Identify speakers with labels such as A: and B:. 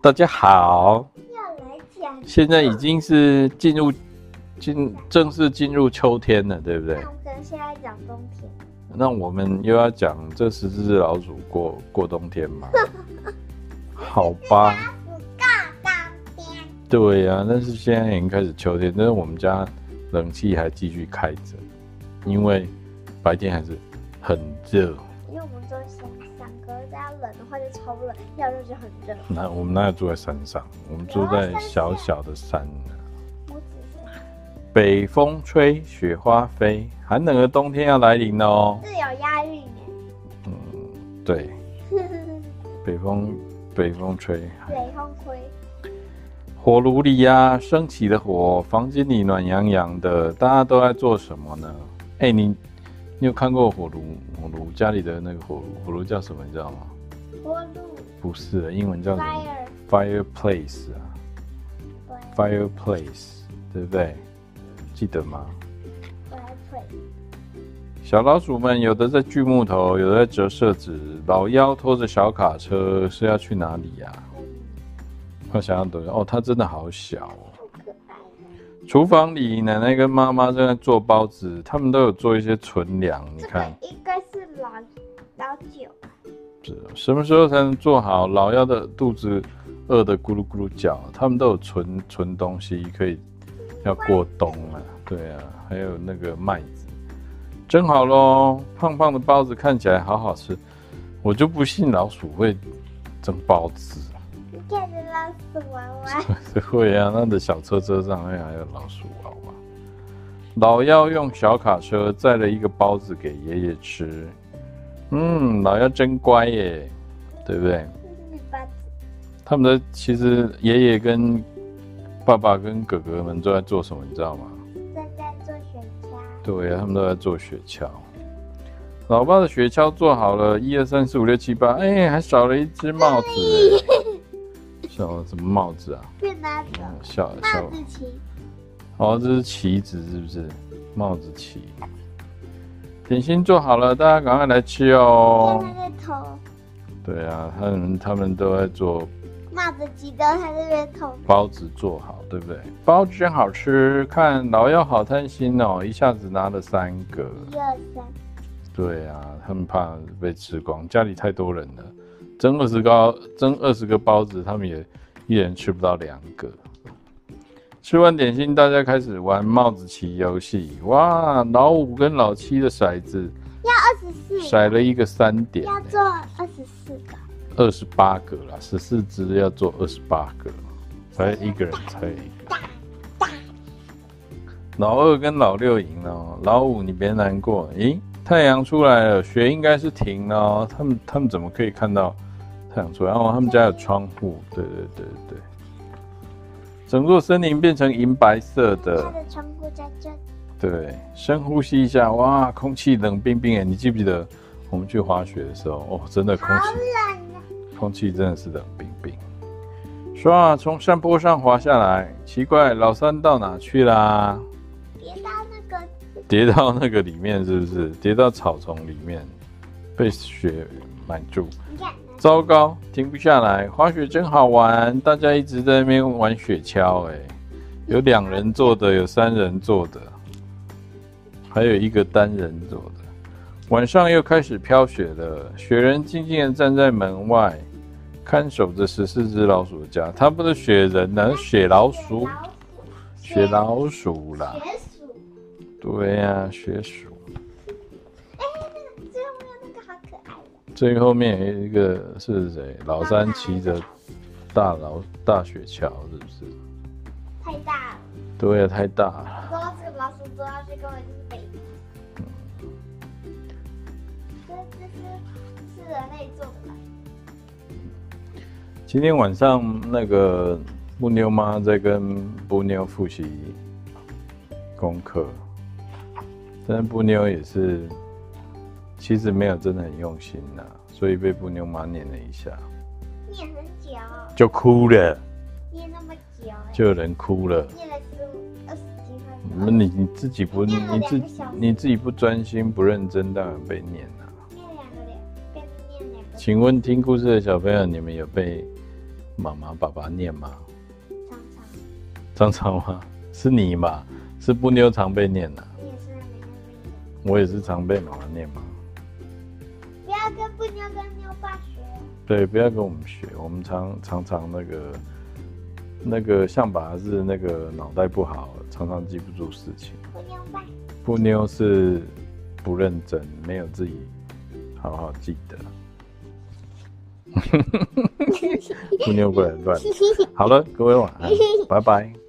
A: 大家好，
B: 要来讲
A: 现在已经是进入进正式进入秋天了，对不对
B: 那？我们可能现在讲冬天，
A: 那我们又要讲这十四只老鼠过过冬天吗？好吧，
B: 不告冬天。
A: 对呀、但是现在已经开始秋天，但是我们家冷气还继续开着，因为白天还是很热。
B: 因为我们都想想，可是大家冷的话就超冷，要热就很热。
A: 那我们哪有住在山上？我们住在小小的山呢。
B: 我只是
A: 北风吹，雪花飞，寒冷的冬天要来临了哦。
B: 是有押韵
A: 嗯，对，
B: 耶，
A: 北风北风吹，
B: 北风吹，
A: 火炉里呀、升起的火，房间里暖洋洋的，大家都在做什么呢？哎、你你有看过火炉？火炉家里的那个火炉，火炉叫什么？你知道吗？
B: 火炉
A: 不是，英文叫什么
B: fire
A: ？Fireplace 啊
B: 对
A: ，Fireplace，对不对？记得吗？
B: 来吹，
A: 小老鼠们有的在锯木头，有的在折设纸，老妖拖着小卡车是要去哪里呀、我想想，等哦，它真的好小哦。
B: 好可爱啊。
A: 厨房里，奶奶跟妈妈正在做包子，他们都有做一些存粮。你
B: 这
A: 看
B: 个，应该是老老酒，
A: 是什么时候才能做好？老幺的肚子饿得咕噜咕噜叫，他们都有存存东西，可以要过冬了、对啊，还有那个麦子，蒸好喽。胖胖的包子看起来好好吃，我就不信老鼠会蒸包子。
B: 你看着老鼠玩玩，
A: 会啊，那的小车车上面还有老鼠娃娃。老幺用小卡车载了一个包子给爷爷吃，嗯，老幺真乖耶，对不对？
B: 这是你把
A: 他们的其实爷爷跟爸爸跟哥哥们都在做什么，你知道吗？
B: 正在做雪橇，
A: 对啊呀、他们都在做雪橇。老爸的雪橇做好了，一二三四五六七八，哎，还少了一只帽子耶，少了什么帽子啊？
B: 变哪走
A: 嗯，小小
B: 帽子骑，
A: 哦，这是旗子是不是？帽子旗。点心做好了，大家赶快来吃
B: 看
A: 哦。
B: 他的头，
A: 对啊，他们他们都在做
B: 帽子骑到他这边头，
A: 包子，做好对不对？包子真好吃，看老幺好贪心哦，一下子拿了三个。
B: 一二三，
A: 对啊，他们怕被吃光，家里太多人了，蒸二十个蒸二十个包子，他们也一人吃不到两个。吃完点心，大家开始玩帽子棋游戏。哇，老五跟老七的骰子
B: 要二十四
A: 骰了一个三点、
B: 要做二十四个，
A: 二十八个啦，十四只要做二十八个，才一个人才一个。老二跟老六赢了哦，老五你别难过。咦，太阳出来了，雪应该是停了哦。他们他们怎么可以看到太阳出来？哦，他们家有窗户。对对对对，整座森林变成银白色的
B: 他。的窗户在这里，
A: 对，深呼吸一下，哇，空气冷冰冰哎！你记不记得我们去滑雪的时候？哦，真的空气
B: 好冷啊！
A: 空气真的是冷冰冰。唰，从山坡上滑下来，奇怪，老三到哪去啦？
B: 别到那个
A: 跌到那个里面是不是？跌到草丛里面，被雪满住。
B: 你看，
A: 糟糕，停不下来，滑雪真好玩，大家一直在那边玩雪橇、哎，有两人坐的，有三人坐的，还有一个单人坐的。晚上又开始飘雪了，雪人静静地站在门外，看守着十四只老鼠的家。他不是雪人呢，是雪老鼠，雪
B: 雪老
A: 老鼠啦，
B: 雪鼠，
A: 对呀、雪鼠。
B: 哎，那个最后面那个好可爱的，
A: 最后面有一个是谁？老三骑着大老大雪橇，是不是？
B: 太大了，
A: 对呀、太大了。
B: 说到这个老鼠走上去根本就是北极。这这是是人类做的吧，
A: 今天晚上那个布妞妈在跟布妞复习功课，但是布妞也是其实没有真的很用心呐、所以被布妞妈念了一下，
B: 念很久，
A: 就哭了，
B: 念那么久哎，
A: 就有人哭了。
B: 念了十五二十几
A: 那
B: 分钟，
A: 你你自己不你自你自己不专心不认真，当然被念了、
B: 念两个脸，变念两个。
A: 请问听故事的小朋友，你们有被妈妈、爸爸念吗？
B: 常常
A: 常常吗？是你吧？是布妞常被念的、
B: 你也是每天被念。
A: 我也是常被妈妈念嘛。
B: 不要跟不妞跟妞爸学。
A: 对，不要跟我们学，我们常常常那个那个象拔是那个脑袋不好，常常记不住事情。
B: 不妞爸，
A: 布妞是不认真，没有自己好好记得。 布妞过来乱。好了，各位晚安，拜拜。